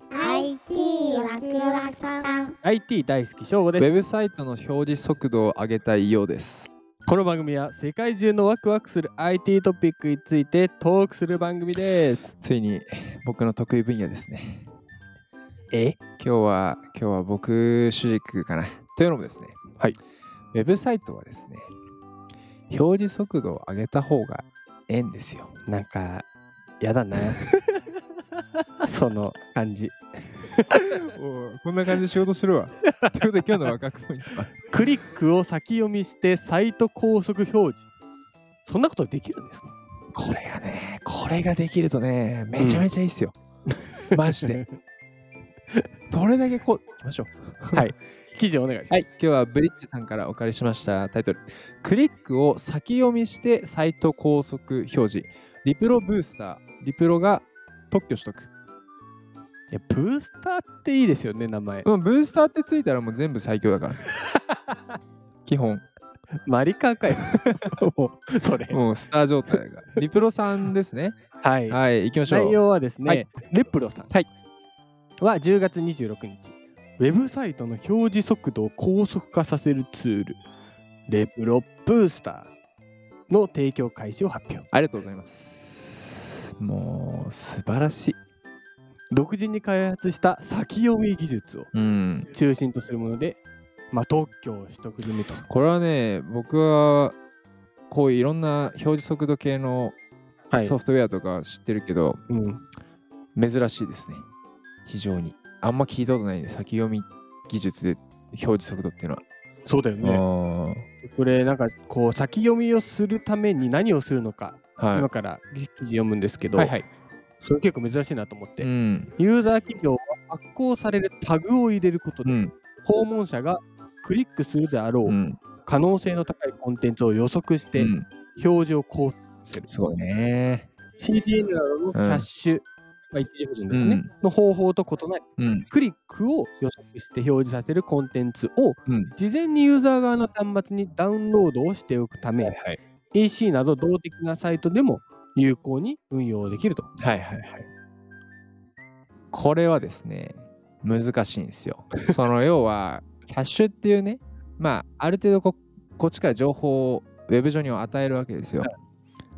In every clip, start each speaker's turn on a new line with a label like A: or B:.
A: IT ワクワクさん
B: IT 大好き翔吾
C: ウ
B: で
C: ェ
B: す
C: ブサイトの表示速度を上げたいようです。
B: この番組は世界中のワクワクする IT トピックについてトークする番組です
C: ついに僕の得意分野ですね。
B: え
C: 今日は今日は僕主軸かな。というのもですね、
B: はい、
C: ウェブサイトはですね、表示速度を上げた方がええんですよ。
B: なんかや だなその感じ
C: こんな感じで仕事しろわ。ということで今日のワクワクポイントは。
B: クリックを先読みしてサイト高速表示そんなことできるんですか
C: これがね、これができるとね、めちゃめちゃいいっすよ。マジで。どれだけこう、行きましょう。
B: 記事お願いします、
C: はい、今日はブリッジさんからお借りしましたタイトル。クリックを先読みしてサイト高速表示。リプロブースター。リプロが特許取得。
B: いやブースターっていいですよね名前
C: うん、ブースターってついたらもう全部最強だから。 基本、
B: マリカーかよ もうそれ
C: もうスター状態が。リプロさんですね。
B: はい
C: はい、行きましょう。
B: 内容はですね、
C: はい
B: レプロさん
C: はい
B: は10月26日、ウェブサイトの表示速度を高速化させるツール、レプロブースターの提供開始を発表。
C: ありがとうございます。もう、素晴らしい。
B: 独自に開発した先読み技術を
C: うん。
B: 中心とするもので、まあ、特許を取得済みと。
C: これはね、僕は、こういういろんな表示速度系の
B: は
C: ソフトウェアとか知ってるけど、
B: うん、
C: 珍しいですね。非常に。あんま聞いたことないね。先読み技術で表示速度っていうの
B: そうだよね。
C: は。
B: これなんかこう先読みをするために何をするのか、
C: あーは
B: 今から記事読むんですけ
C: い。
B: ど、
C: はいはい。
B: それ結構珍しいなと思って
C: う、ん。
B: ユーザー企業は発行されるタグを入れること
C: う
B: で、
C: ん。
B: 訪問者がクリックするであろう、
C: うん。
B: 可能性の高いコンテンツを予測し
C: う
B: て
C: ん
B: 表示をこうする、
C: すごいね。
B: CDN などのキャッシュ、まあ、一時保存ですね、
C: うん
B: の方法と異なり
C: うん。
B: クリックを予測して表示させるコンテンツを
C: うん。
B: 事前にユーザー側の端末にダウンロードをしておくため、
C: はいはい。
B: EC など動的なサイトでも有効に運用できると。
C: はいはいはい。これはですね、難しいんですよ。その要は、 キャッシュっていうね、まあ、ある程度ここっちから情報をウェブ上に与えるわけですよ
B: は。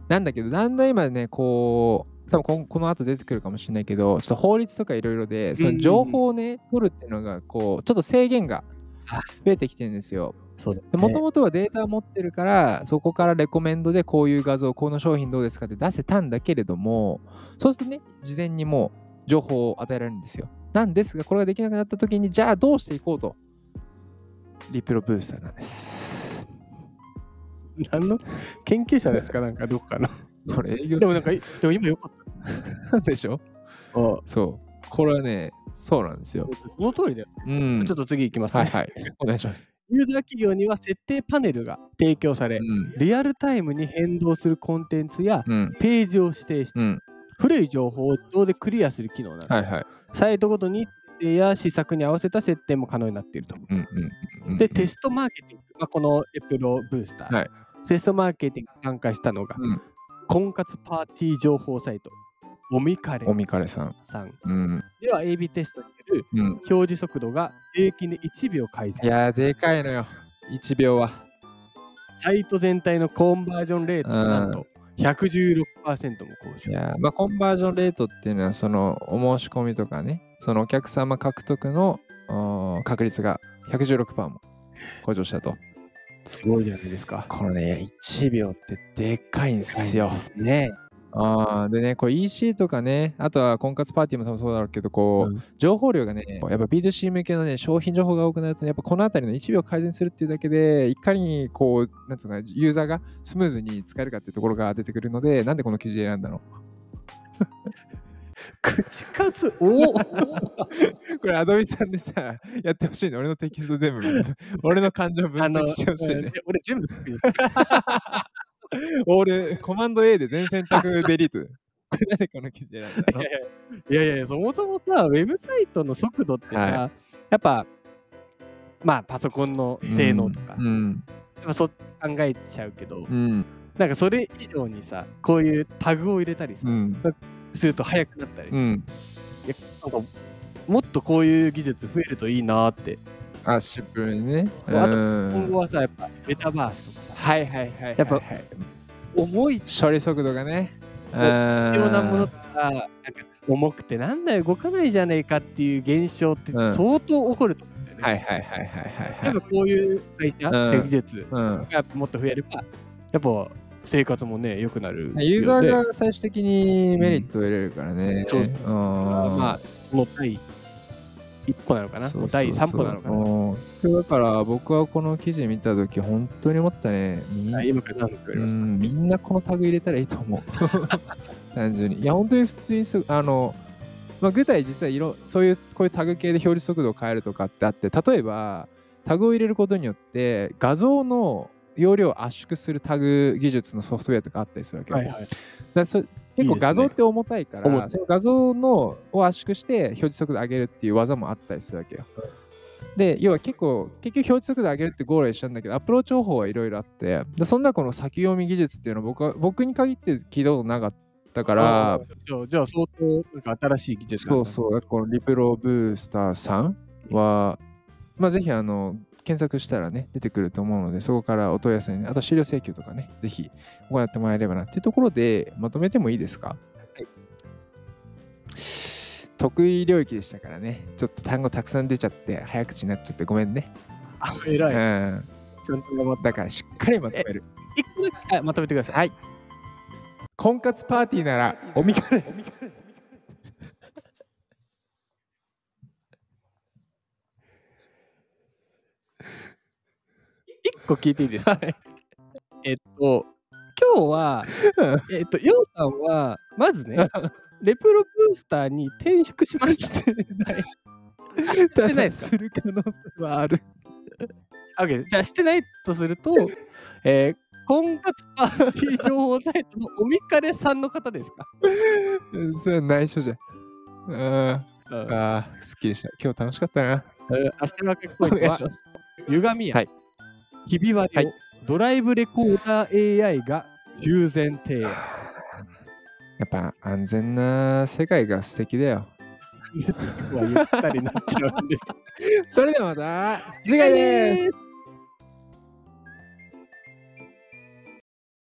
C: なんだけど、だんだん今ね、こう、多分こんこの後出てくるかもしれないけど、ちょっと法律とかいろいろで、その情報をね、取るっていうのが、こう、ちょっと制限が
B: あ
C: 増えてきてるんですよ。
B: そうだ
C: もともとはデータを持ってるから、そこからレコメンドでこういう画像、この商品どうですかって出せたんだけれども、そうするとね、事前にもう情報を与えられるんですよ。なんですが、これができなくなった時に、じゃあどうしていこうと。リプロブースターなんです。
B: 何 の研究者ですかなんかどこかの。
C: これ営業
B: で
C: さ
B: も
C: ん
B: なんか、でも今よかっ
C: でしょ
B: た。そ
C: そう。これはね、そうなんですよ。
B: の通りだよ。
C: うん
B: ちょっ。と次行きますね。
C: はいはい。お願い します。
B: ユーザー企業には設定パネルが提供され、
C: うん。
B: リアルタイムに変動するコンテンツや
C: うん。
B: ページを指定して、
C: うん。
B: 古い情報を自動でクリアする機能など、
C: はいはい。
B: サイトごとに設定や施策に合わせた設定も可能になっていると。
C: うんうんうんうん。
B: で、テストマーケティング、まあ、このエプロブースター、
C: はい
B: テストマーケティングに参加したのが、
C: うん
B: 婚活パーティー情報サイト、オミカレ
C: おみかれさん。
B: さん
C: うん。
B: では AB テストによる
C: うん。
B: 表示速度が平均で1秒改善
C: い。やー、でかいのよ。1秒は。
B: サイト全体のコンバージョンレートがなんと116%も向
C: い
B: 上。
C: やーまあ、コンバージョンレートっていうのは、そのお申し込みとかね、そのお客様獲得のおー確率が116%も向上したと。
B: すごいじゃないですか。
C: このね、1秒ってでかいんですよ
B: で。すね。
C: あーでね、こう EC とかね、あとは婚活パーティーも多分そうだろうけど、こう、
B: うん
C: 情報量がね、やっぱ B2C 向けのね、商品情報が多くなると、やっぱこのあたりの1秒改善するっていうだけで、いかにこう、なんつうのかな、ユーザーがスムーズに使えるかっていうところが出てくるので、なんでこの記事選んだの
B: 口数多
C: これ、アドビさんでさ、やってほしいね。俺のテキスト全部、俺の感情分
B: あの、
C: 析してほしい
B: うん
C: ね。
B: 俺全部好きです。
C: 俺、コマンド A で全選択デリート。 これなんでこの記事選ん だの
B: いやいやいや、そもそもさ、ウェブサイトの速度ってさ、
C: はい
B: やっぱ、まあ、パソコンの性能とか、
C: うん。
B: やっぱそっち考えちゃうけど、
C: うん。
B: なんかそれ以上にさ、こういうタグを入れたりさ
C: うん。
B: すると速くなったり
C: うん。
B: なんかもっとこういう技術増えるといいなって
C: あ、シンプルにね。
B: そうあと
C: うん
B: 今後はさやっぱメタバースとかさ
C: はいはいはいはい。
B: やっぱ
C: はい
B: 重い
C: 処理速度がね。
B: そう
C: 必
B: 必要なものとかなんか重くてなんだよ動かないじゃねえかっていう現象って
C: うん
B: 相当起こると思うんだよね。
C: はいはいはいはいは
B: や
C: い
B: っ
C: はい
B: ぱ。こういう会社、
C: うん
B: 技術
C: うん
B: がもっと増えればやっぱ生活もね良くなるよね。
C: ユーザーが最終的にメリットを得れるからね。
B: そう
C: うん
B: まあその第一歩なのかな
C: そう
B: もう第三歩なのかな。
C: なだから僕はこの記事見た時本当に思ったねみん
B: あ今から何分かやり
C: う
B: ますか
C: んみんなこのタグ入れたらいいと思う 単純にいや本当に普通にすあの、まあ、具体実はいろそういうこういうタグ系で表示速度を変えるとかってあって例えばタグを入れることによって画像の容量を圧縮するタグ技術のソフトウェアとかあったりするわけよ、
B: はいはい。
C: だそ結構
B: いいですね
C: 画像って重たいから
B: 重たい
C: その画像のを圧縮して表示速度上げるっていう技もあったりするわけよ。で要は結構結局表示速度上げるってゴールは一緒なんだけどアプローチ方法はいろいろあってでそんなこの先読み技術っていうのは僕は僕に限って聞いたことなかった
B: か
C: か
B: らじゃあじゃあ相当なんか新しい技術
C: そうそうこのリプロブースターさんは、まあ、ぜひあの検索したらね出てくると思うのでそこからお問い合わせに、あと資料請求とかねぜひ行ってもらえればなっていうところでまとめてもいいですか得意領域でしたからねちょっと単語たくさん出ちゃって早口になっちゃってごめんね、
B: あ偉い。
C: うん
B: ちゃんと頑張った。
C: だからしっかりまとめる
B: 一個だけあまとめてください。
C: はい婚活パーティーならおみかれ
B: 一個聞いていいですか。 えっと今日はえっとヨウさんはまず ねレプロブースターに転職しました。 してないですか
C: する可能性はある
B: あ OK じゃあしてないとすると、えー、婚活パーティー情報サイトのおみかれさんの方ですか。
C: うんそれは内緒じゃん。うんあ
B: うんうん
C: あ、すっきりした。今日楽しかったな。
B: アステラックポ
C: お
B: イント
C: 願い
B: は
C: します。
B: 歪みや、
C: はい
B: ひび割れを、
C: は
B: ドライブレコーダー AI が修繕提案。
C: やっぱ安全な世界が素敵だ よ。
B: ゆったりになっちゃうんです。
C: それではまた次回です
B: す。